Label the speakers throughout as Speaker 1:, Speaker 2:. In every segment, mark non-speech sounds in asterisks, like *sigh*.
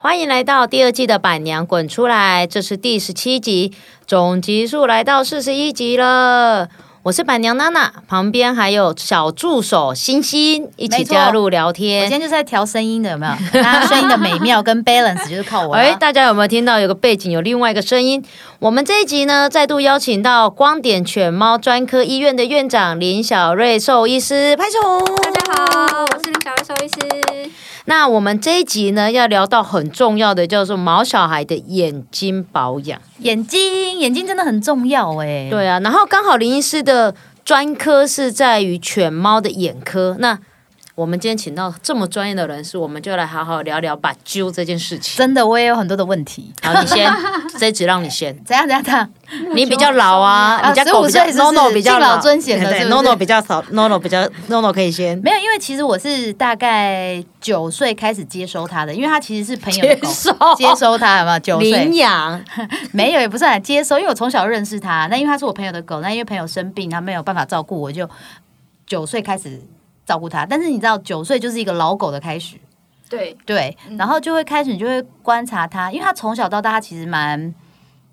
Speaker 1: 欢迎来到第二季的《板娘滚出来》，这是第十七集，总集数来到四十一集了。我是板娘娜娜，旁边还有小助手欣欣一起
Speaker 2: 没错
Speaker 1: 加入聊
Speaker 2: 我
Speaker 1: 天
Speaker 2: 今。天就是在调声音的，有没 *laughs* 有？大家声音的美妙跟 balance 就是靠我啦。
Speaker 1: 哎、大家有没有听到有个背景有另外一个声音？我们这一集呢，再度邀请到光点犬猫专科医院的院长林小瑞兽医师，拍手！
Speaker 3: 大家好，我是林小瑞兽医师。
Speaker 1: 那我们这一集呢，要聊到很重要的，叫做毛小孩的眼睛保养。
Speaker 2: 眼睛，眼睛真的很重要哎、
Speaker 1: 对啊，然后刚好林医师的专科是在于犬猫的眼科。那我们今天请到这么专业的人士，我们就来好好聊聊把揪这件事情。
Speaker 2: 真的我也有很多的问题。
Speaker 1: 好，你先， *laughs* 这一集让你先。
Speaker 2: 怎样怎样怎样？
Speaker 1: 你比较老啊，
Speaker 2: *laughs* 啊
Speaker 1: 你家狗比较
Speaker 2: 15岁是不是
Speaker 1: Nono 比较
Speaker 2: 敬老啊尊贤的
Speaker 1: 对
Speaker 2: 是不是
Speaker 1: Nono 比较少，Nono 比较 Nono 可以先
Speaker 2: 没有，因为其实我是大概九岁开始接收它的，因为它其实是朋友的狗，
Speaker 1: 收
Speaker 2: 接收它有没有？九
Speaker 1: 领
Speaker 2: 岁
Speaker 1: 养，
Speaker 2: 没有也不是很接收，因为我从小就认识它。那因为它是我朋友的狗，那因为朋友生病，他没有办法照顾我，就九岁开始照顾它。但是你知道，九岁就是一个老狗的开始。
Speaker 3: 对，嗯
Speaker 2: 对，然后就会开始你就会观察他，因为他从小到大他其实蛮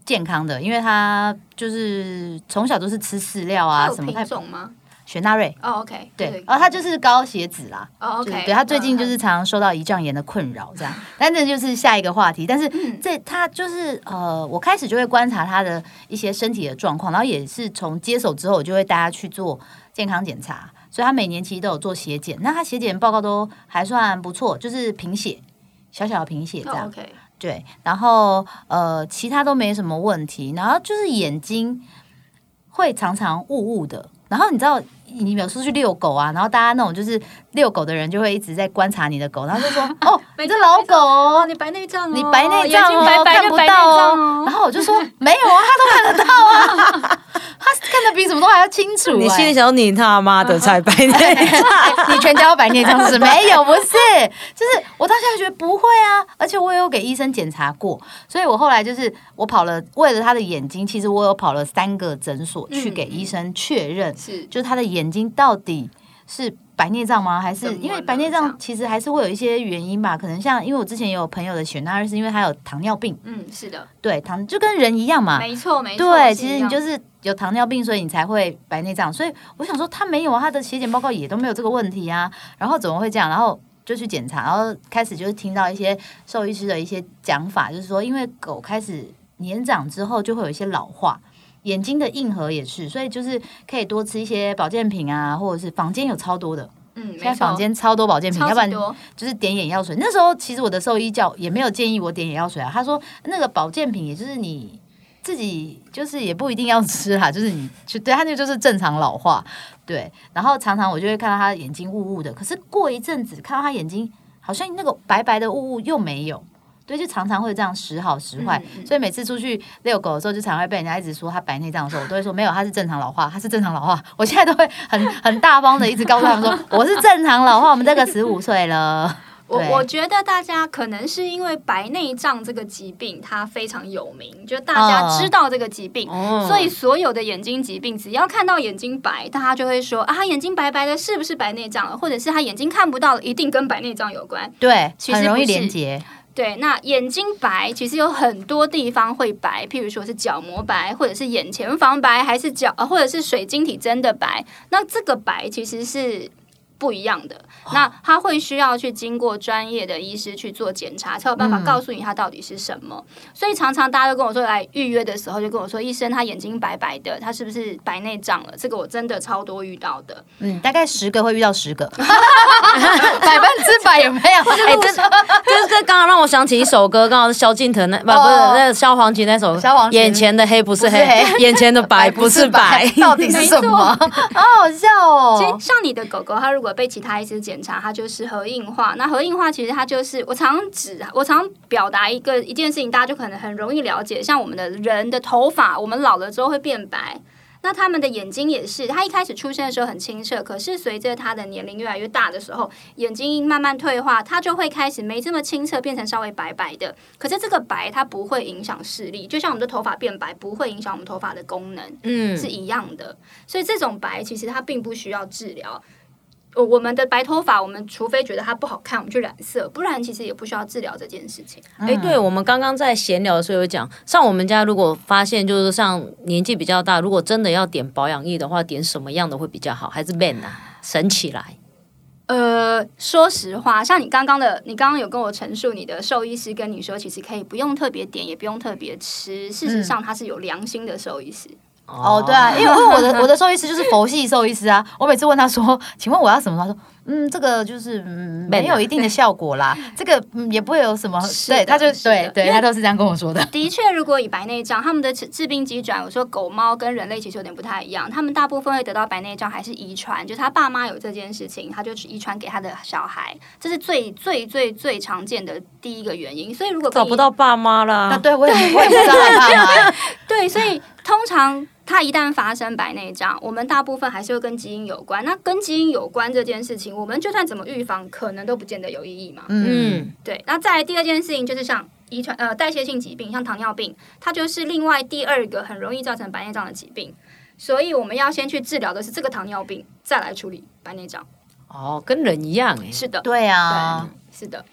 Speaker 2: 健康的，因为他就是从小都是吃饲料
Speaker 3: 它
Speaker 2: 啊
Speaker 3: 有
Speaker 2: 什么
Speaker 3: 品
Speaker 2: 的。
Speaker 3: 种吗？
Speaker 2: 雪纳瑞，
Speaker 3: 哦，OK，
Speaker 2: 对，然后他就是高血脂啦，
Speaker 3: 哦
Speaker 2: 就是
Speaker 3: ，OK，
Speaker 2: 对他最近就是常常受到胰脏炎的困扰，这样，但这就是下一个话题。但是
Speaker 3: 嗯
Speaker 2: 这他就是呃，我开始就会观察他的一些身体的状况，然后也是从接手之后，我就会带他去做健康检查，所以他每年其实都有做血检，那他血检报告都还算不错，就是贫血，小小的贫血这
Speaker 3: 哦
Speaker 2: 样。
Speaker 3: ，OK，
Speaker 2: 对，然后呃，其他都没什么问题，然后就是眼睛会常常雾雾的，然后你知道。你有时候去遛狗啊，然后大家那种就是遛狗的人就会一直在观察你的狗，然后就
Speaker 3: *laughs*
Speaker 2: 说：“哦，你这老狗哦
Speaker 3: 哦，，你白内障哦，
Speaker 2: 你白内
Speaker 3: 眼
Speaker 2: 障
Speaker 3: 睛
Speaker 2: 哦，
Speaker 3: 白白
Speaker 2: 看
Speaker 3: 就
Speaker 2: 不
Speaker 3: 白内
Speaker 2: 到
Speaker 3: 障
Speaker 2: 哦。”然
Speaker 3: 哦。
Speaker 2: 后我就说：“没有啊，他都看得到啊， *laughs* 他看得比什么都还要清楚、
Speaker 4: 你心
Speaker 2: 哎
Speaker 4: 里想说你他妈
Speaker 2: 嗯
Speaker 4: 的才白
Speaker 2: *laughs*
Speaker 4: 内
Speaker 2: 你全家都白内障是不是没有？不是，就是我当下觉得不会啊，而且我也有给医生检查过，所以我后来就是我跑了，为了他的眼睛，其实我有跑了三个诊所去给医生确认，
Speaker 3: 嗯是
Speaker 2: 就是他的眼睛到底是白内障吗？还
Speaker 3: 怎
Speaker 2: 是
Speaker 3: 么了
Speaker 2: 因为白内
Speaker 3: 这
Speaker 2: 障
Speaker 3: 样
Speaker 2: 其实还是会有一些原因吧？可能像因为我之前也有朋友的血纳瑞是因为他有糖尿病，
Speaker 3: 嗯，是的，
Speaker 2: 对糖就跟人一样嘛，
Speaker 3: 没错，没错。
Speaker 2: 啊对，
Speaker 3: 是
Speaker 2: 其
Speaker 3: 一
Speaker 2: 实
Speaker 3: 样
Speaker 2: 你就是有糖尿病，所以你才会白内障。所以我想说，他没有啊，他的血检报告也都没有这个问题啊，然后怎么会这样？然后就去检查，然后开始就是听到一些兽医师的一些讲法，就是说，因为狗开始年长之后就会有一些老化。眼睛的硬核也是，所以就是可以多吃一些保健品啊，或者是房间有超多的，
Speaker 3: 嗯，
Speaker 2: 现在
Speaker 3: 没错
Speaker 2: 房，间超多保健品，
Speaker 3: 超
Speaker 2: 要不然
Speaker 3: 级多，
Speaker 2: 就是点眼药水。那时候其实我的兽医教也没有建议我点眼药水啊，他说那个保健品也就是你自己就是也不一定要吃啦， *laughs* 就是你就对他那个就是正常老化，对。然后常常我就会看到他眼睛雾雾的，可是过一阵子看到他眼睛好像那个白白的雾雾又没有。对，就常常会这样时好时坏，
Speaker 3: 嗯嗯
Speaker 2: 所以每次出去遛狗的时候，就常会被人家一直说他白内障的时候，我都会说没有，他是正常老化，他是正常老化。我现在都会很 *laughs* 很大方的一直告诉他们说我是正常老化，我们这个十五岁了。
Speaker 3: 我
Speaker 2: 对
Speaker 3: 我觉得大家可能是因为白内障这个疾病它非常有名，就大
Speaker 2: 嗯
Speaker 3: 家知道这个疾病，
Speaker 1: 哦
Speaker 3: 所以所有的眼睛疾病，只要看到眼睛白，大家就会说啊，他眼睛白白的，是不是白内障了？或者是他眼睛看不到了，一定跟白内障有关。
Speaker 2: 对，
Speaker 3: 其
Speaker 2: 很
Speaker 3: 实
Speaker 2: 容
Speaker 3: 不
Speaker 2: 易连
Speaker 3: 是
Speaker 2: 接。
Speaker 3: 对，那眼睛白其实有很多地方会白，譬如说是角膜白，或者是眼前房白，还是角，呃或者是水晶体真的白。那这个白其实是。不一样的，那他会需要去经过专业的医师去做检查，才有办法告诉你他到底是什么。所以常常大家都跟我说，来预约的时候就跟我说，医生他眼睛白白的，他是不是白内障了？这个我真的超多遇到的。
Speaker 2: 嗯，大概十个会遇到十个，百分之百有没有？
Speaker 3: *laughs*
Speaker 1: 哎，这这这刚刚让我想起一首歌，刚好是萧敬腾那不不是
Speaker 2: 哦哦
Speaker 1: 那个萧煌奇那首歌，
Speaker 2: 萧煌奇
Speaker 1: 眼前的黑不是
Speaker 2: 不是
Speaker 1: 黑，眼前的
Speaker 2: *laughs*
Speaker 1: 白不是白，
Speaker 2: 到底是什么？好好笑
Speaker 3: 其
Speaker 2: 哦
Speaker 3: 实！像你的狗狗，它如果被其他医师检查，它就是合硬化。那合硬化其实它就是我常指，我常表达一个一件事情，大家就可能很容易了解。像我们的人的头发，我们老了之后会变白。那他们的眼睛也是，它一开始出生的时候很清澈，可是随着它的年龄越来越大的时候，眼睛慢慢退化，它就会开始没这么清澈，变成稍微白白的。可是这个白它不会影响视力，就像我们的头发变白不会影响我们头发的功能。
Speaker 1: 嗯
Speaker 3: 是一样的。所以这种白其实它并不需要治疗。呃我们的白头发，我们除非觉得它不好看，我们去染色，不然其实也不需要治疗这件事情。
Speaker 1: *laughs* 哎、对，我们刚刚在闲聊的时候有讲，像我们家如果发现就是像年纪比较大，如果真的要点保养液的话，点什么样的会比较好？还是 man 啊，神起来。
Speaker 3: 呃，说实话，像你刚刚的，你刚刚有跟我陈述，你的兽医师跟你说，其实可以不用特别点，也不用特别吃。事实上，他是有良心的兽医师。
Speaker 2: 哦，对啊，因为因为我的我的兽医师就是佛系兽医师啊，我每次问他说，请问我要什么？他说，嗯，这个就是嗯
Speaker 1: 笨啊
Speaker 2: 没有一定的效果啦，这个嗯也不会有什么，
Speaker 3: 是的
Speaker 2: 对，他就是对
Speaker 3: 的
Speaker 2: 对，
Speaker 3: 因为
Speaker 2: 他都是这样跟我说的。
Speaker 3: 的确，如果以白内障，他们的治治病机转，我说狗猫跟人类其实有点不太一样，他们大部分会得到白内障还是遗传，就是他爸妈有这件事情，他就遗传给他的小孩，这是最最最最常见的第一个原因。所以如果可以
Speaker 4: 找不到爸妈
Speaker 2: 那
Speaker 4: 啦。
Speaker 2: *laughs* 对我也我也不知道害怕嘛，
Speaker 3: 对，所以通常它一旦发生白内障，我们大部分还是会跟基因有关。那跟基因有关这件事情，我们就算怎么预防，可能都不见得有意义嘛。
Speaker 2: 嗯，
Speaker 1: 嗯，
Speaker 3: 对，那再来第二件事情就是像遗传呃代谢性疾病，像糖尿病，它就是另外第二个很容易造成白内障的疾病。所以我们要先去治疗的是这个糖尿病，再来处理白内障。
Speaker 1: 哦，跟人一样哎、
Speaker 3: 是的，
Speaker 2: 对啊，
Speaker 3: 对，是的，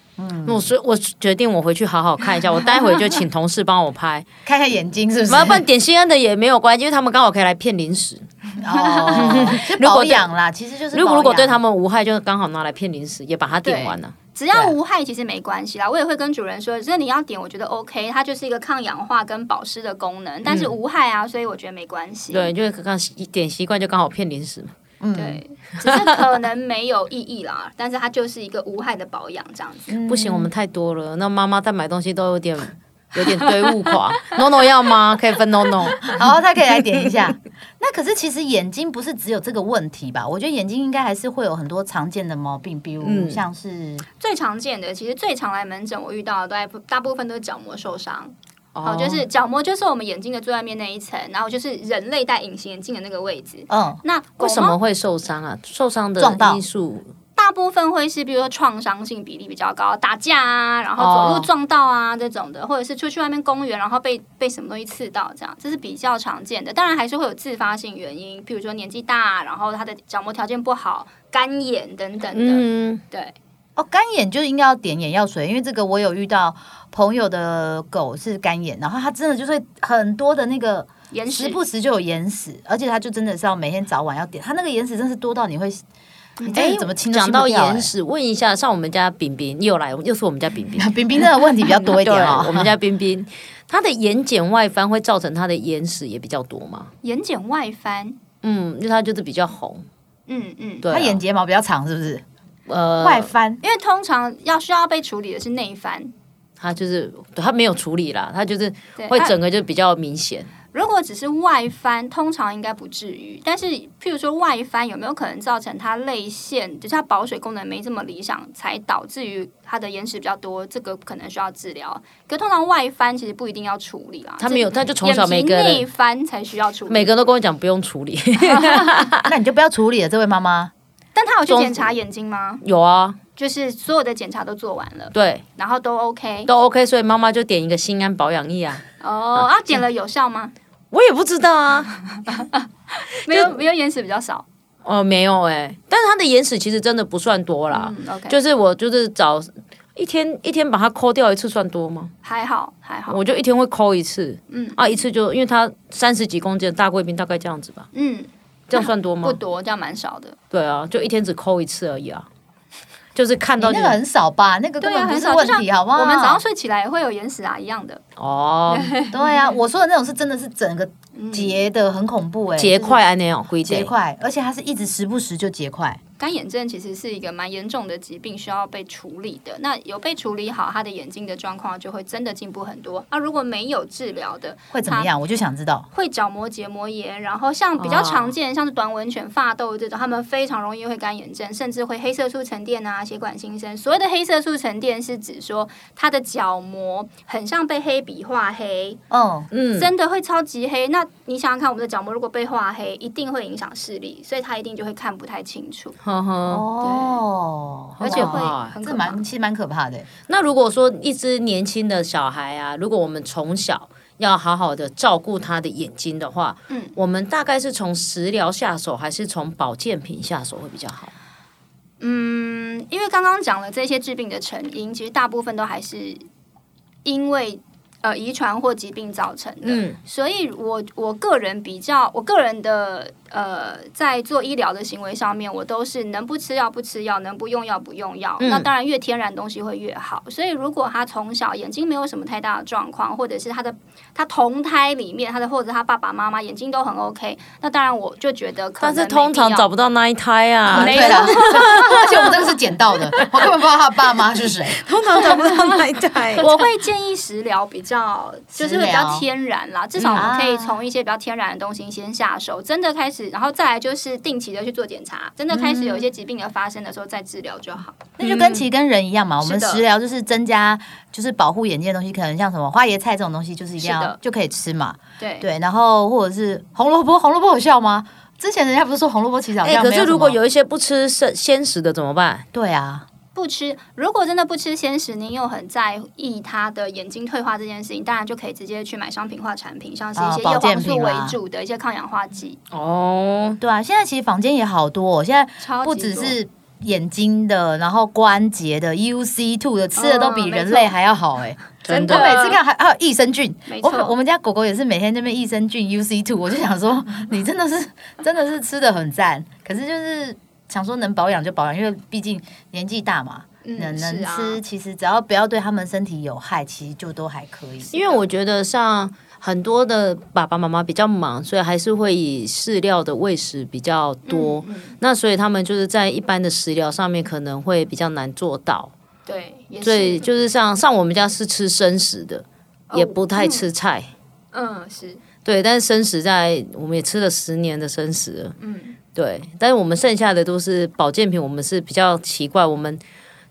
Speaker 1: 那我说，我决定我回去好好看一下，我待会就请同事帮我
Speaker 2: *laughs*
Speaker 1: 拍，
Speaker 2: 看一下眼睛是不是？
Speaker 1: 麻烦点心安的也没有关系，因为他们刚好可以来骗零食。
Speaker 2: *laughs* 哦，就
Speaker 1: 如果
Speaker 2: 保
Speaker 1: 对
Speaker 2: 养啦，其实就是
Speaker 1: 如果
Speaker 2: 保
Speaker 1: 如果对
Speaker 2: 养
Speaker 1: 他们无害，就刚好拿来骗零食，也把它点完了。
Speaker 3: 只要
Speaker 2: 对
Speaker 3: 无害其实没关系啦。我也会跟主人说，这你要点，我觉得 OK，它就是一个抗氧化跟保湿的功能，但是无害啊，所以我觉得没关系。
Speaker 1: 对，就是刚习点习惯就刚好骗零食嘛。
Speaker 2: 嗯
Speaker 3: 对，只是可能没有意义啦， *laughs* 但是它就是一个无害的保养这样子。
Speaker 2: 嗯
Speaker 1: 不行，我们太多了。那妈妈在买东西都有
Speaker 2: *laughs*
Speaker 1: 点有点堆物垮。no no 要吗？可以分 no no。
Speaker 2: 好，他可以来点一下。 *laughs* 那可是其实眼睛不是只有这个问题吧？我觉得眼睛应该还是会有很多常见的毛病，比如
Speaker 1: 嗯
Speaker 2: 像是
Speaker 3: 最常见的，其实最常来门诊我遇到的，大概大部分都是角膜受伤。哦，就是角膜就是我们眼睛的最外面那一层，然后就是人类戴隐形眼镜的那个位置。
Speaker 2: 嗯
Speaker 3: 那
Speaker 1: 为
Speaker 3: 为
Speaker 1: 什么会受伤啊？受伤的
Speaker 2: 撞到
Speaker 1: 因素
Speaker 3: 大部分会是比如说创伤性比例比较高，打架啊，然后走
Speaker 1: 哦
Speaker 3: 路撞到啊、这种的，或者是出去外面公园然后被被什么东西刺到，这样这是比较常见的。当然还是会有自发性原因，比如说年纪大，啊然后他的角膜条件不好、干眼等等的。
Speaker 1: 嗯，
Speaker 3: 对，
Speaker 2: 哦，干眼就应该要点眼药水，因为这个我有遇到朋友的狗是干眼，然后它真的就是很多的那个
Speaker 3: 眼
Speaker 2: 时
Speaker 3: 屎
Speaker 2: 不时就有眼屎，而且它就真的是要每天早晚要点，它那个眼屎真是多到你会，你真的怎么清
Speaker 1: 嗯
Speaker 2: 都
Speaker 1: 哎讲
Speaker 2: 清不欸
Speaker 1: 到
Speaker 2: 掉、
Speaker 1: 眼屎，问一下，像我们家饼饼又来，又是我们家
Speaker 2: *laughs*
Speaker 1: 饼饼。啊
Speaker 2: 欸，冰冰真的问题比较多一点
Speaker 1: *laughs*。
Speaker 2: 哦
Speaker 1: 我们家冰冰，她的眼睑外翻会造成她的眼屎也比较多嘛？
Speaker 3: 眼睑外翻，
Speaker 1: 嗯，因为她就是比较红，
Speaker 3: 嗯嗯，
Speaker 1: 对啊、
Speaker 2: *laughs* 它眼睫毛比较长，是不是？
Speaker 1: 呃
Speaker 2: 外，翻
Speaker 3: 因为通常要需要被处理的是内翻。
Speaker 1: 她就是她没有处理啦，她就是
Speaker 3: 对
Speaker 1: 会
Speaker 3: 它
Speaker 1: 整个就比较明显。
Speaker 3: 如果只是外翻，通常应该不至于。但是，譬如说外翻，有没有可能造成它泪腺，就是它保水功能没这么理想，才导致于它的眼屎比较多？这个可能需要治疗。可通常外翻其实不一定要处理啊，
Speaker 1: 她没有，她就
Speaker 3: 这
Speaker 1: 从小每
Speaker 3: 眼皮
Speaker 1: 个
Speaker 3: 内
Speaker 1: 人
Speaker 3: 翻才需要处理。
Speaker 1: 每个人都跟我讲不用处理， *laughs*
Speaker 2: 那你就不要处理了，这位妈妈。
Speaker 3: 但他有去
Speaker 1: 中
Speaker 3: 检查眼睛吗？
Speaker 1: 有啊，
Speaker 3: 就是所有的检查都做完了，
Speaker 1: 对，
Speaker 3: 然后都 OK。
Speaker 1: 都 OK，所以妈妈就点一个心安保养液啊。
Speaker 3: 哦，啊，点了有效吗？
Speaker 1: 我也不知道啊，
Speaker 3: 没有，没有眼屎比较少。嗯
Speaker 1: 哦，没有哎、但是她的眼屎其实真的不算多啦，
Speaker 3: 嗯，OK，
Speaker 1: 啊就是我就是找一天一天把它抠掉一次算多吗？
Speaker 3: 还好，还好。
Speaker 1: 我就一天会抠一次，
Speaker 3: 嗯
Speaker 1: 啊，一次就因为他三十几公斤的大贵宾大概这样子吧，
Speaker 3: 嗯，
Speaker 1: 这样算多
Speaker 3: 不
Speaker 1: 吗？
Speaker 3: 多，这样蛮少的。
Speaker 1: 对啊，就一天只抠一次而已啊，就是看到
Speaker 2: 你
Speaker 1: 就
Speaker 2: 那个很少吧？那个根
Speaker 3: 对啊，
Speaker 2: 本不
Speaker 3: 很
Speaker 2: 是
Speaker 3: 少，
Speaker 2: 问
Speaker 3: 就像
Speaker 2: 题，好不好？
Speaker 3: 我们早上睡起来也会有眼屎啊，一样的。
Speaker 2: *laughs*
Speaker 1: 哦，
Speaker 2: 对啊，
Speaker 3: 嗯
Speaker 2: 我说的那种是真的是整个结的，很恐怖哎、
Speaker 1: 结块安那样规
Speaker 2: 就是结
Speaker 1: 定。
Speaker 2: 块，而且它是一直时不时就结块。
Speaker 3: 干眼症其实是一个蛮严重的疾病，需要被处理的。那有被处理好，他的眼睛的状况就会真的进步很多。那、如果没有治疗的，
Speaker 2: 会怎么样？我就想知道。
Speaker 3: 会角膜结膜炎，然后像比较常见，像是短吻犬、发痘这种，他们非常容易会干眼症，甚至会黑色素沉淀啊、血管新生。所谓的黑色素沉淀，是指说它的角膜很像被黑笔画黑，
Speaker 2: 嗯，
Speaker 1: 嗯，
Speaker 3: 真的会超级黑。那你想想看，我们的角膜如果被画黑，一定会影响视力，所以它一定就会看不太清楚，
Speaker 1: 呵呵。
Speaker 2: 哦，
Speaker 3: 而且
Speaker 1: 好可怕
Speaker 3: 会
Speaker 1: 欸
Speaker 3: 很
Speaker 2: 这
Speaker 3: 可怕。
Speaker 2: 蛮其实蛮可怕的。
Speaker 1: 那如果说一只年轻的小孩啊，如果我们从小要好好的照顾他的眼睛的话，
Speaker 3: 嗯，
Speaker 1: 我们大概是从食疗下手，还是从保健品下手会比较好？
Speaker 3: 嗯，因为刚刚讲了这些致病的成因，其实大部分都还是因为呃遗传或疾病造成的。
Speaker 1: 嗯
Speaker 3: 所以我我个人比较，我个人的呃，在做医疗的行为上面，我都是能不吃药不吃药，能不用药不用药。
Speaker 1: 嗯
Speaker 3: 那当然越天然东西会越好。所以如果他从小眼睛没有什么太大的状况，或者是他的他同胎里面他的或者他爸爸妈妈眼睛都很 OK，那当然我就觉得可
Speaker 4: 但
Speaker 3: 能
Speaker 4: 是通常找
Speaker 3: 不
Speaker 4: 不到那一胎啊，
Speaker 3: 没。
Speaker 2: 对了， *laughs* 而且我们这个是捡到的，我根本不知道他爸妈是谁。
Speaker 4: 通常找不到那一胎 *laughs*
Speaker 3: 我会建议食疗比较，就是会比
Speaker 2: *laughs* 食疗
Speaker 3: 较天然啦，至少我们可以
Speaker 2: 啊
Speaker 3: 从一些比较天然的东西先下手，真的开始，然后再来就是定期的去做检查，真的开始
Speaker 2: 嗯
Speaker 3: 有一些疾病的发生的时候再治疗就好。
Speaker 2: 那就跟其实跟人一样嘛，我们
Speaker 3: 嗯是的
Speaker 2: 食疗就是增加，就是保护眼睛的东西，可能像什么花椰菜这种东西，就是一定
Speaker 3: 是
Speaker 2: 要
Speaker 3: 的
Speaker 2: 就可以吃嘛。
Speaker 3: 对，
Speaker 2: 对，然后或者是红萝卜，红萝卜有效吗？之前人家不是说红萝卜其实好
Speaker 4: 哎、
Speaker 2: 像
Speaker 4: 可
Speaker 2: 没有
Speaker 4: 是
Speaker 2: 什
Speaker 4: 如果
Speaker 2: 么
Speaker 4: 有一些不吃生鲜食的怎么办？
Speaker 2: 对啊，
Speaker 3: 不吃，如果真的不吃鲜食，您又很在意它的眼睛退化这件事情，当然就可以直接去买商品化产品，像是一些
Speaker 2: 啊
Speaker 3: 叶
Speaker 2: 保健
Speaker 3: 黄素
Speaker 2: 品
Speaker 3: 为
Speaker 2: 啦
Speaker 3: 主的一些抗氧化剂，
Speaker 1: 哦，
Speaker 2: 对啊，现在其实房间也好多、哦，现在
Speaker 3: 超级
Speaker 2: 不只
Speaker 3: 多
Speaker 2: 是眼睛的，然后关节的 UC two 的吃的都比
Speaker 3: 嗯没
Speaker 2: 人
Speaker 3: 错
Speaker 2: 类还要好哎、
Speaker 1: 真
Speaker 3: 真
Speaker 2: 我
Speaker 1: 的
Speaker 3: 的
Speaker 2: 每次看还还有益生菌
Speaker 3: 啊没，
Speaker 2: 我
Speaker 3: 错
Speaker 2: 我们家狗狗也是每天那边益生菌 UC two，我就想说你真的是真的是吃的很赞，可是就是想说能保养就保养，因为毕竟年纪大嘛，能
Speaker 3: 嗯，
Speaker 2: 能
Speaker 3: 是啊，
Speaker 2: 吃其实只要不要对他们身体有害，其实就都还可以。
Speaker 1: 因为我觉得像很多的爸爸妈妈比较忙，所以还是会以饲料的喂食比较多。
Speaker 3: 嗯
Speaker 1: 那所以他们就是在一般的食疗上面可能会比较难做到，
Speaker 3: 对，也
Speaker 1: 所以
Speaker 3: 是，哦
Speaker 1: 就是像像我们家是吃生食的，也不太吃菜。
Speaker 3: 嗯，是，
Speaker 1: 对，但是生食在我们也吃了十年的生食了，
Speaker 3: 嗯，
Speaker 1: 对，但是我们剩下的都是保健品，我们是比较奇怪，我们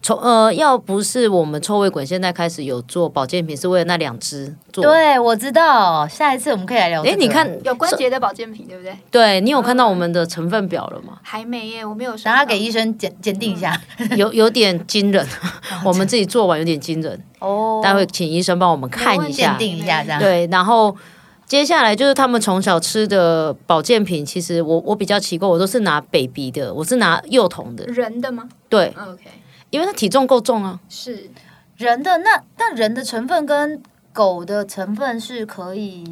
Speaker 1: 从呃要不是我们臭味滚现在开始有做保健品，是为了那两只做。，
Speaker 2: 对，我知道，下一次我们可以来聊、这
Speaker 1: 哎，
Speaker 2: 个
Speaker 1: 你看，
Speaker 3: 有关节的保健品，对不对？
Speaker 1: 对你有看到我们的成分表了吗？
Speaker 3: 还没耶，我没有收到。
Speaker 2: 等他给医生鉴鉴定一下。
Speaker 1: 有有点惊人， *laughs* 我们自己做完有点惊人，
Speaker 2: *laughs* 哦
Speaker 1: 待会请医生帮我们看一
Speaker 2: 鉴
Speaker 1: 下。
Speaker 2: 定一下
Speaker 3: 啊
Speaker 2: 这样。
Speaker 1: 对，然后接下来就是他们从小吃的保健品，其实我我比较奇怪，我都是拿 baby 的，我是拿幼童的，
Speaker 3: 人的吗
Speaker 1: 对，
Speaker 3: ？OK，
Speaker 1: 因为他体重够重啊。
Speaker 3: 是
Speaker 2: 人的那但人的成分跟狗的成分是可以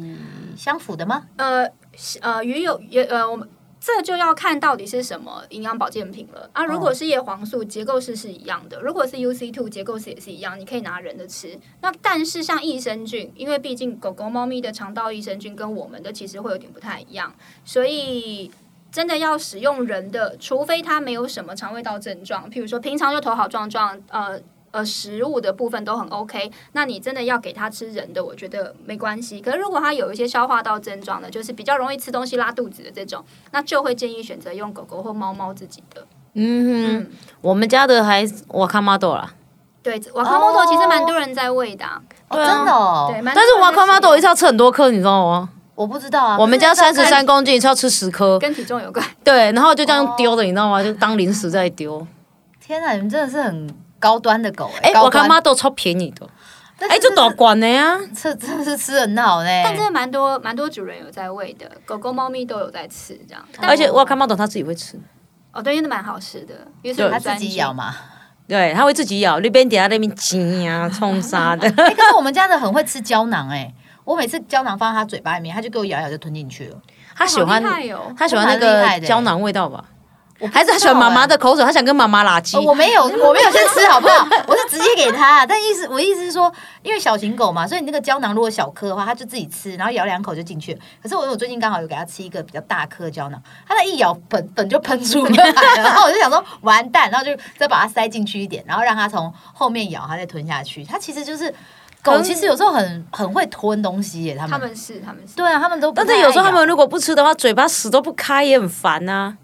Speaker 2: 相符的吗？
Speaker 3: 呃是呃鱼有也呃我们。这就要看到底是什么营养保健品了啊！如果是叶黄素，结构是是一样的；如果是 UC two，结构是也是一样，你可以拿人的吃。那但是像益生菌，因为毕竟狗狗、猫咪的肠道益生菌跟我们的其实会有点不太一样，所以真的要使用人的，除非它没有什么肠胃道症状，譬如说平常就头好壮壮，呃呃，食物的部分都很 OK，那你真的要给它吃人的，我觉得没关系。可是如果它有一些消化道症状的，就是比较容易吃东西拉肚子的这种，那就会建议选择用狗狗或猫猫自己的。
Speaker 1: 嗯哼，我们家的还瓦卡玛豆啦，
Speaker 3: 对，瓦
Speaker 1: 哦
Speaker 3: 康猫头其实蛮多人在喂的、啊，
Speaker 2: 哦、真的哦，
Speaker 3: 对，蛮多
Speaker 1: 但是
Speaker 3: 人
Speaker 1: 瓦卡玛豆一
Speaker 3: 在
Speaker 1: 次要吃很多颗，你知道吗？
Speaker 2: 我不知道啊。
Speaker 1: 我们家
Speaker 2: 可是
Speaker 1: 三十三公斤，一次要吃十颗
Speaker 3: 吃，跟体重有关。
Speaker 1: *laughs* 对，然后就这样丢的，你知道吗？就当零食在丢。
Speaker 2: 天啊哪，你们真的是很高端的狗哎、
Speaker 1: 哎，
Speaker 2: 高
Speaker 1: 瓦
Speaker 2: 端
Speaker 1: 卡玛豆超便宜的，
Speaker 2: 但是
Speaker 1: 哎，就多管的呀。
Speaker 2: 这真的是吃很好呢、
Speaker 3: 但真的蛮多蛮多主人有在喂的，狗狗、猫咪都有在吃这样。但
Speaker 1: 而且瓦卡玛豆它自己会吃，
Speaker 3: 哦，对，因为蛮好吃的，因为是
Speaker 1: 对
Speaker 2: 它
Speaker 3: 乳
Speaker 2: 自
Speaker 3: 酸
Speaker 2: 己
Speaker 3: 菌
Speaker 2: 咬。嘛。
Speaker 1: 对，它会自己咬，那边底下那边挤啊、冲啥 *laughs* 的。
Speaker 2: 哎、可是我们家的很会吃胶囊哎、我每次胶囊放在它嘴巴里面，它就给我咬一咬就吞进去了。
Speaker 1: 他喜欢
Speaker 3: 好厉害哦
Speaker 1: 他喜欢那
Speaker 2: 蛮厉害
Speaker 1: 个
Speaker 2: 的
Speaker 1: 胶囊味道吧？哦
Speaker 2: 我不
Speaker 1: 还是他
Speaker 2: 知
Speaker 1: 喜
Speaker 2: 道
Speaker 1: 欢妈
Speaker 2: 哎
Speaker 1: 妈的口水，他想跟妈妈拉鸡
Speaker 2: 呃？我没有，我没有先吃，好不
Speaker 1: *laughs*
Speaker 2: 好？我是直接给它。但意思，我意思是说，因为小型狗嘛，所以你那个胶囊如果小颗的话，它就自己吃，然后咬两口就进去了。可是我我最近刚好有给它吃一个比较大颗的胶囊，它那一咬粉粉就喷出来了，然后我就想说完蛋，然后就再把它塞进去一点，然后让它从后面咬，它再吞下去。它其实就是狗，
Speaker 1: 很
Speaker 2: 其实有时候很很会吞东西耶，它
Speaker 3: 他
Speaker 2: 们。
Speaker 3: 们是他们是，
Speaker 2: 对啊，他们都不
Speaker 1: 但
Speaker 2: 太
Speaker 1: 是有时候他
Speaker 2: 爱咬
Speaker 1: 们如果不吃的话，嘴巴死都不开，也很烦呐、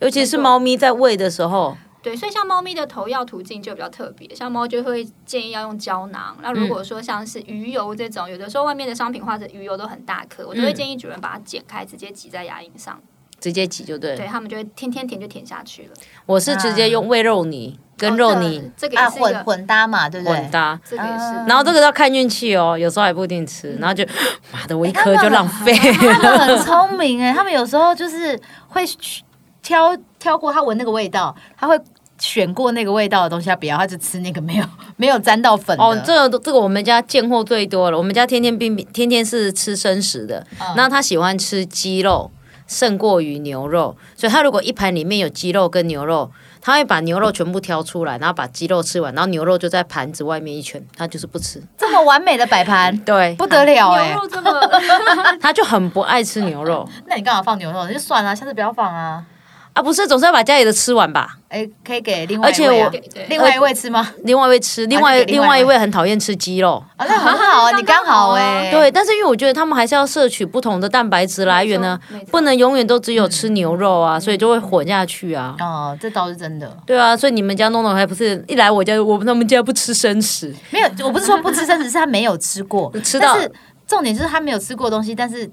Speaker 1: 尤其是猫咪在喂的时候，
Speaker 3: 对，所以像猫咪的投药途径就比较特别，像猫就会建议要用胶囊。那如果
Speaker 2: 嗯
Speaker 3: 说像是鱼油这种，有的时候外面的商品化的鱼油都很大颗，我都会
Speaker 1: 嗯
Speaker 3: 建议主人把它剪开，直接挤在牙龈上，
Speaker 1: 直接挤就对了。
Speaker 2: 嗯
Speaker 3: 对他们就会天天舔就舔下去了。
Speaker 1: 我是直接用喂肉泥跟
Speaker 3: 哦
Speaker 1: 肉
Speaker 3: 这
Speaker 1: 泥
Speaker 3: 这个也
Speaker 2: 啊
Speaker 3: 是一
Speaker 2: 混
Speaker 3: 个，
Speaker 2: 混搭嘛，对不对
Speaker 1: 混？搭，
Speaker 3: 这个也是
Speaker 2: 嗯。
Speaker 1: 然后这个要看运气哦，有时候还不一定吃，然后就妈的，我一
Speaker 2: 哎他
Speaker 1: 颗
Speaker 2: 们
Speaker 1: 就
Speaker 2: 很
Speaker 1: 浪费。
Speaker 2: 他们很聪欸明哎，他们有时候就是会去挑挑过他闻那个味道，他会选过那个味道的东西，他不要，他就吃那个没有 *laughs* 没有沾到粉的。
Speaker 1: 哦，这个这个我们家见货最多了。我们家天天冰天天是吃生食的，那他喜欢吃鸡肉胜过于牛肉，所以他如果一盘里面有鸡肉跟牛肉，他会把牛肉全部挑出来，然后把鸡肉吃完，然后牛肉就在盘子外面一圈，他就是不吃。，
Speaker 2: 这么完美的摆盘
Speaker 1: *laughs* 对，
Speaker 2: 不得了哎、
Speaker 3: 牛肉这么，
Speaker 1: 他就很不爱吃牛肉
Speaker 2: 那你干嘛放牛肉？就算了、下次不要放啊。
Speaker 1: 啊，不是总是要把家里的吃完吧？
Speaker 2: 哎、可以给另外
Speaker 1: 而
Speaker 2: 一
Speaker 1: 且
Speaker 2: 位、啊
Speaker 1: 我，
Speaker 3: 对
Speaker 2: 另外一位吃吗？
Speaker 1: 另外一位吃，另
Speaker 2: 还
Speaker 1: 外
Speaker 2: 是给
Speaker 1: 另
Speaker 2: 另外
Speaker 1: 外一
Speaker 2: 一位
Speaker 1: 位很讨厌吃鸡肉。
Speaker 2: 啊，那很
Speaker 1: *laughs*
Speaker 2: 好啊，你刚好哎、
Speaker 1: 对，但是因为我觉得他们还是要摄取不同的蛋白质来源呢
Speaker 3: 没错没，错
Speaker 1: 不能永远都只有吃牛肉啊，所以就会混下去啊。
Speaker 2: 哦，这倒是真的。
Speaker 1: 对啊，所以你们家弄弄还不是一来我家，我们他们家不吃生食，
Speaker 2: 没有，我不是说不吃生食，是他没有 *laughs* 吃过。
Speaker 1: 吃到
Speaker 2: 但是重点就是他没有吃过的东西，但是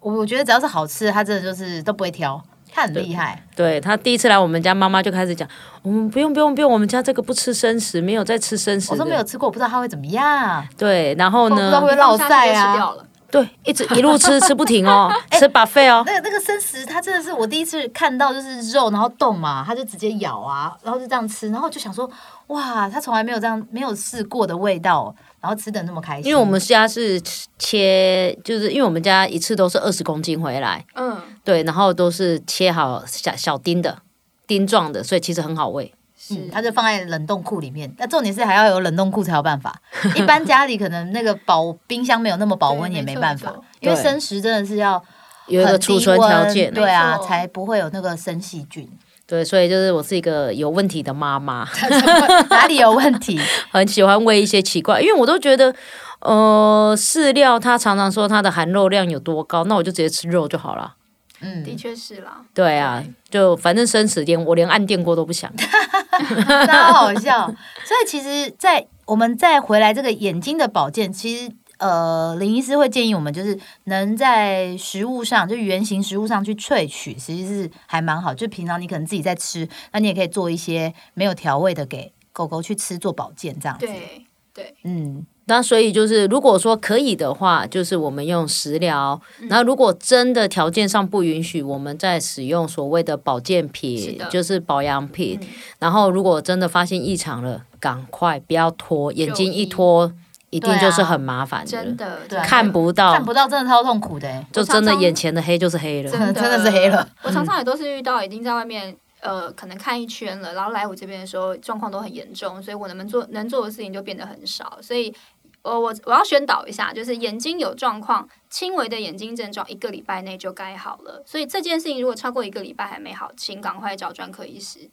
Speaker 2: 我我觉得只要是好吃的，他真的就是都不会挑，他很厉害。
Speaker 1: 对他第一次来我们家，妈妈就开始讲，我们不用不用不用，我们家这个不吃生食，没有在吃生食
Speaker 2: 我
Speaker 1: 的
Speaker 2: 都没有。吃过，我不知道他会怎么样。
Speaker 1: 对，然后
Speaker 2: 我不知道
Speaker 1: 呢
Speaker 2: *laughs* 会，落
Speaker 3: 下去
Speaker 2: 晒
Speaker 3: 就
Speaker 2: 啊
Speaker 3: 吃掉了。
Speaker 1: 对，一直一路吃吃不停
Speaker 2: *laughs*
Speaker 1: 哦，吃 buffet 哦。
Speaker 2: 那个那个生食，它真的是我第一次看到，就是肉然后冻嘛，他就直接咬啊，然后就这样吃，然后就想说，哇，他从来没有这样没有试过的味道，然后吃的那么开心。
Speaker 1: 因为我们家是切，就是因为我们家一次都是二十公斤回来，
Speaker 3: 嗯，
Speaker 1: 对，然后都是切好小小丁的，丁状的，所以其实很好喂。
Speaker 2: 嗯，它就放在冷冻库里面。那重点是还要有冷冻库才有办法，一般家里可能那个保冰箱没有那么保温
Speaker 3: 对
Speaker 2: 也
Speaker 3: 没
Speaker 2: 没
Speaker 3: 错
Speaker 2: 办
Speaker 3: 没
Speaker 2: 法
Speaker 3: 错，
Speaker 2: 因为
Speaker 1: 对
Speaker 2: 生食真的是要
Speaker 1: 有一个
Speaker 2: 很
Speaker 1: 储
Speaker 2: 低
Speaker 1: 存条
Speaker 2: 温
Speaker 1: 件，
Speaker 2: 对啊，
Speaker 3: 没错
Speaker 2: 才不会有那个生细菌，
Speaker 1: 对，所以就是我是一个有问题的妈妈，
Speaker 2: 哪里有问
Speaker 3: *laughs*
Speaker 2: 题？
Speaker 1: 很喜欢喂一些奇怪，因为我都觉得，呃，饲料它常常说它的含肉量有多高，那我就直接吃肉就好了。
Speaker 2: 嗯，
Speaker 3: 的确是
Speaker 2: *laughs*
Speaker 3: 啦。
Speaker 1: 对啊，就反正生死恋，我连按电锅都不想。
Speaker 2: *laughs* 超好笑。所以其实在，我们再回来这个眼睛的保健，其实呃，林医师会建议我们就是能在食物上，就原型食物上去萃取，其实是还蛮好。就平常你可能自己在吃，那你也可以做一些没有调味的给狗狗去吃做保健这样子。
Speaker 3: 对对，
Speaker 2: 嗯，
Speaker 1: 那所以就是，如果说可以的话，就是我们用食疗。那、如果真的条件上不允许，我们再使用所谓的保健
Speaker 3: 是
Speaker 1: 品，
Speaker 3: 的嗯
Speaker 1: 就是保养品。
Speaker 2: 嗯
Speaker 1: 然后如果真的发现异常了，赶快不要拖，眼睛一拖，一定就是很麻烦的，
Speaker 3: 真的
Speaker 2: 对啊
Speaker 1: 看不到
Speaker 2: 看，不到真的超痛苦的、欸。
Speaker 1: 就真的眼前的黑就是黑了。
Speaker 2: 真的是黑了。
Speaker 3: 我常常也都是遇到已经在外面。呃，可能看一圈了，然后来我这边的时候状况都很严重，所以我能做能做的事情就变得很少。所以，呃，我我要宣导一下，就是眼睛有状况，轻微的眼睛症哦状一个礼拜内就该好了。所以这件事情如果超过一个礼拜还没好，请赶快找专科医师。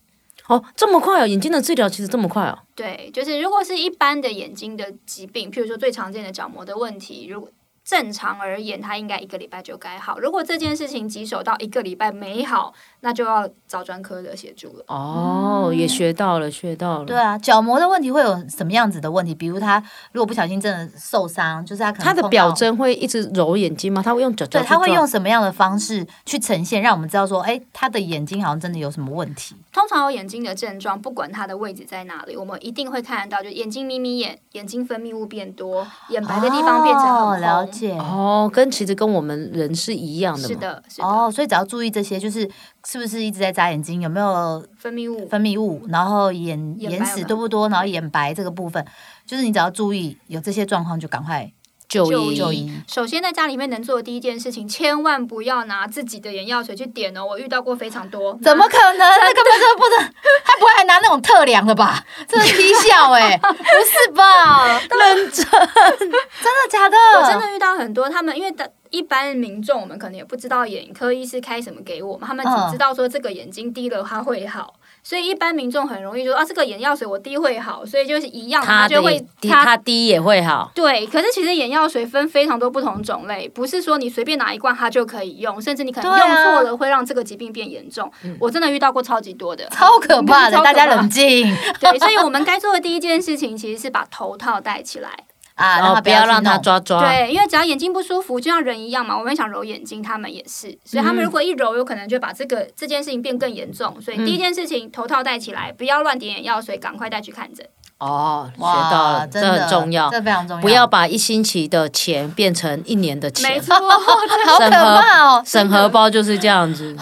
Speaker 1: 哦，这么快哦，眼睛的治疗其实这么快哦。
Speaker 3: 对，就是如果是一般的眼睛的疾病，譬如说最常见的角膜的问题，如果正常而言，它应该一个礼拜就该好。如果这件事情棘手到一个礼拜没好，那就要找专科的协助了。
Speaker 1: 哦，也学到了，学到了。
Speaker 2: 嗯对啊，角膜的问题会有什么样子的问题？比如他如果不小心真的受伤，就是他可能
Speaker 1: 他的
Speaker 2: 碰到
Speaker 1: 表征会一直揉眼睛吗？他会用脚脚
Speaker 2: 对，
Speaker 1: 去
Speaker 2: 他会
Speaker 1: 撞
Speaker 2: 用什么样的方式去呈现，让我们知道说，哎，他的眼睛好像真的有什么问题。
Speaker 3: 通常有眼睛的症状，不管它的位置在哪里，我们一定会看得到，就眼睛眯眯眼，眼睛分泌物变多，眼白的地方变成很
Speaker 2: 哦，
Speaker 3: 红。
Speaker 2: 了解。
Speaker 1: 哦，跟其实跟我们人是一样的嘛。
Speaker 3: 是的，是的，
Speaker 2: 哦，所以只要注意这些，就是是不是一直在眨眼睛，有没有
Speaker 3: 分泌物
Speaker 2: 分泌物，然后眼
Speaker 3: 眼白
Speaker 2: 眼
Speaker 3: 有没
Speaker 2: 屎
Speaker 3: 有
Speaker 2: 多不多，然后眼白这个部分，就是你只要注意有这些状况，就赶快
Speaker 1: 就医
Speaker 2: 就医。
Speaker 3: 首先，在家里面能做的第一件事情，千万不要拿自己的眼药水去点哦。我遇到过非常多，
Speaker 2: 怎么可能？那根本就不能，他不会还拿那种特量的 *laughs* 吧？这是踢笑哎、不是吧？认真，真的假的？
Speaker 3: 我真的遇到很多他们，因为的一般民众我们可能也不知道眼科医师开什么给我们，他们
Speaker 2: 嗯
Speaker 3: 只知道说这个眼睛滴了它会好，所以一般民众很容易就说啊这个眼药水我滴会好，所以就是一样
Speaker 1: 他的
Speaker 3: 就会
Speaker 1: 也低，他低也会好。
Speaker 3: 对，可是其实眼药水分非常多不同种类，不是说你随便拿一罐它就可以用，甚至你可能
Speaker 2: 对
Speaker 3: 用
Speaker 2: 啊嗯
Speaker 3: 错了会让这个疾病变严重。我真的遇到过超级多的，
Speaker 2: 超
Speaker 3: *laughs*
Speaker 2: 可怕的，
Speaker 3: 超可怕
Speaker 2: 大家冷静。
Speaker 3: 对，所以我们该做的第一件事情其实是把头套戴起来。
Speaker 2: 啊，
Speaker 1: 然
Speaker 2: 让
Speaker 1: 后
Speaker 2: 他
Speaker 1: 哦不要
Speaker 2: 去
Speaker 1: 让他
Speaker 2: 弄。
Speaker 1: 抓抓。
Speaker 3: 对，因为只要眼睛不舒服，就像人一样嘛，我们想揉眼睛，他们也是，所以他们如果一揉，有可能就把这个这件事情变更严重。所以第一件事情，头套戴起来，不要乱点眼药水，赶快带去看诊。
Speaker 1: 哦，学
Speaker 2: 哇
Speaker 1: 到了，
Speaker 2: 真
Speaker 1: 这
Speaker 2: 的
Speaker 1: 很重要。
Speaker 2: 这非常重要。
Speaker 1: 不要把一星期的钱变成一年的
Speaker 3: 没
Speaker 1: 钱，
Speaker 3: 错，
Speaker 2: 好可怕哦！
Speaker 1: 审核包就是这样子。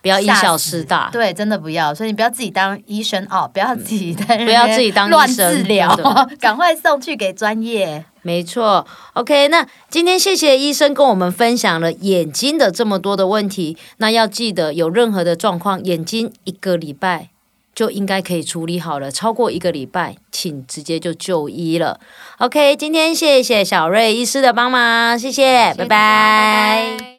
Speaker 1: 不要因小失大。
Speaker 2: 对，真的不要，所以你不要自己当医生哦，不要自己在不
Speaker 1: 嗯不要自己当医
Speaker 2: 乱
Speaker 1: 生
Speaker 2: 治疗
Speaker 1: 真的，
Speaker 2: *laughs* 赶快送去给专业。
Speaker 1: 没错，OK，那今天谢谢医生跟我们分享了眼睛的这么多的问题。那要记得有任何的状况，眼睛一个礼拜就应该可以处理好了，超过一个礼拜，请直接就就医了。OK，今天谢谢小瑞医师的帮忙，谢谢，
Speaker 3: 谢谢大
Speaker 1: 拜
Speaker 3: 家
Speaker 1: 拜
Speaker 3: 拜拜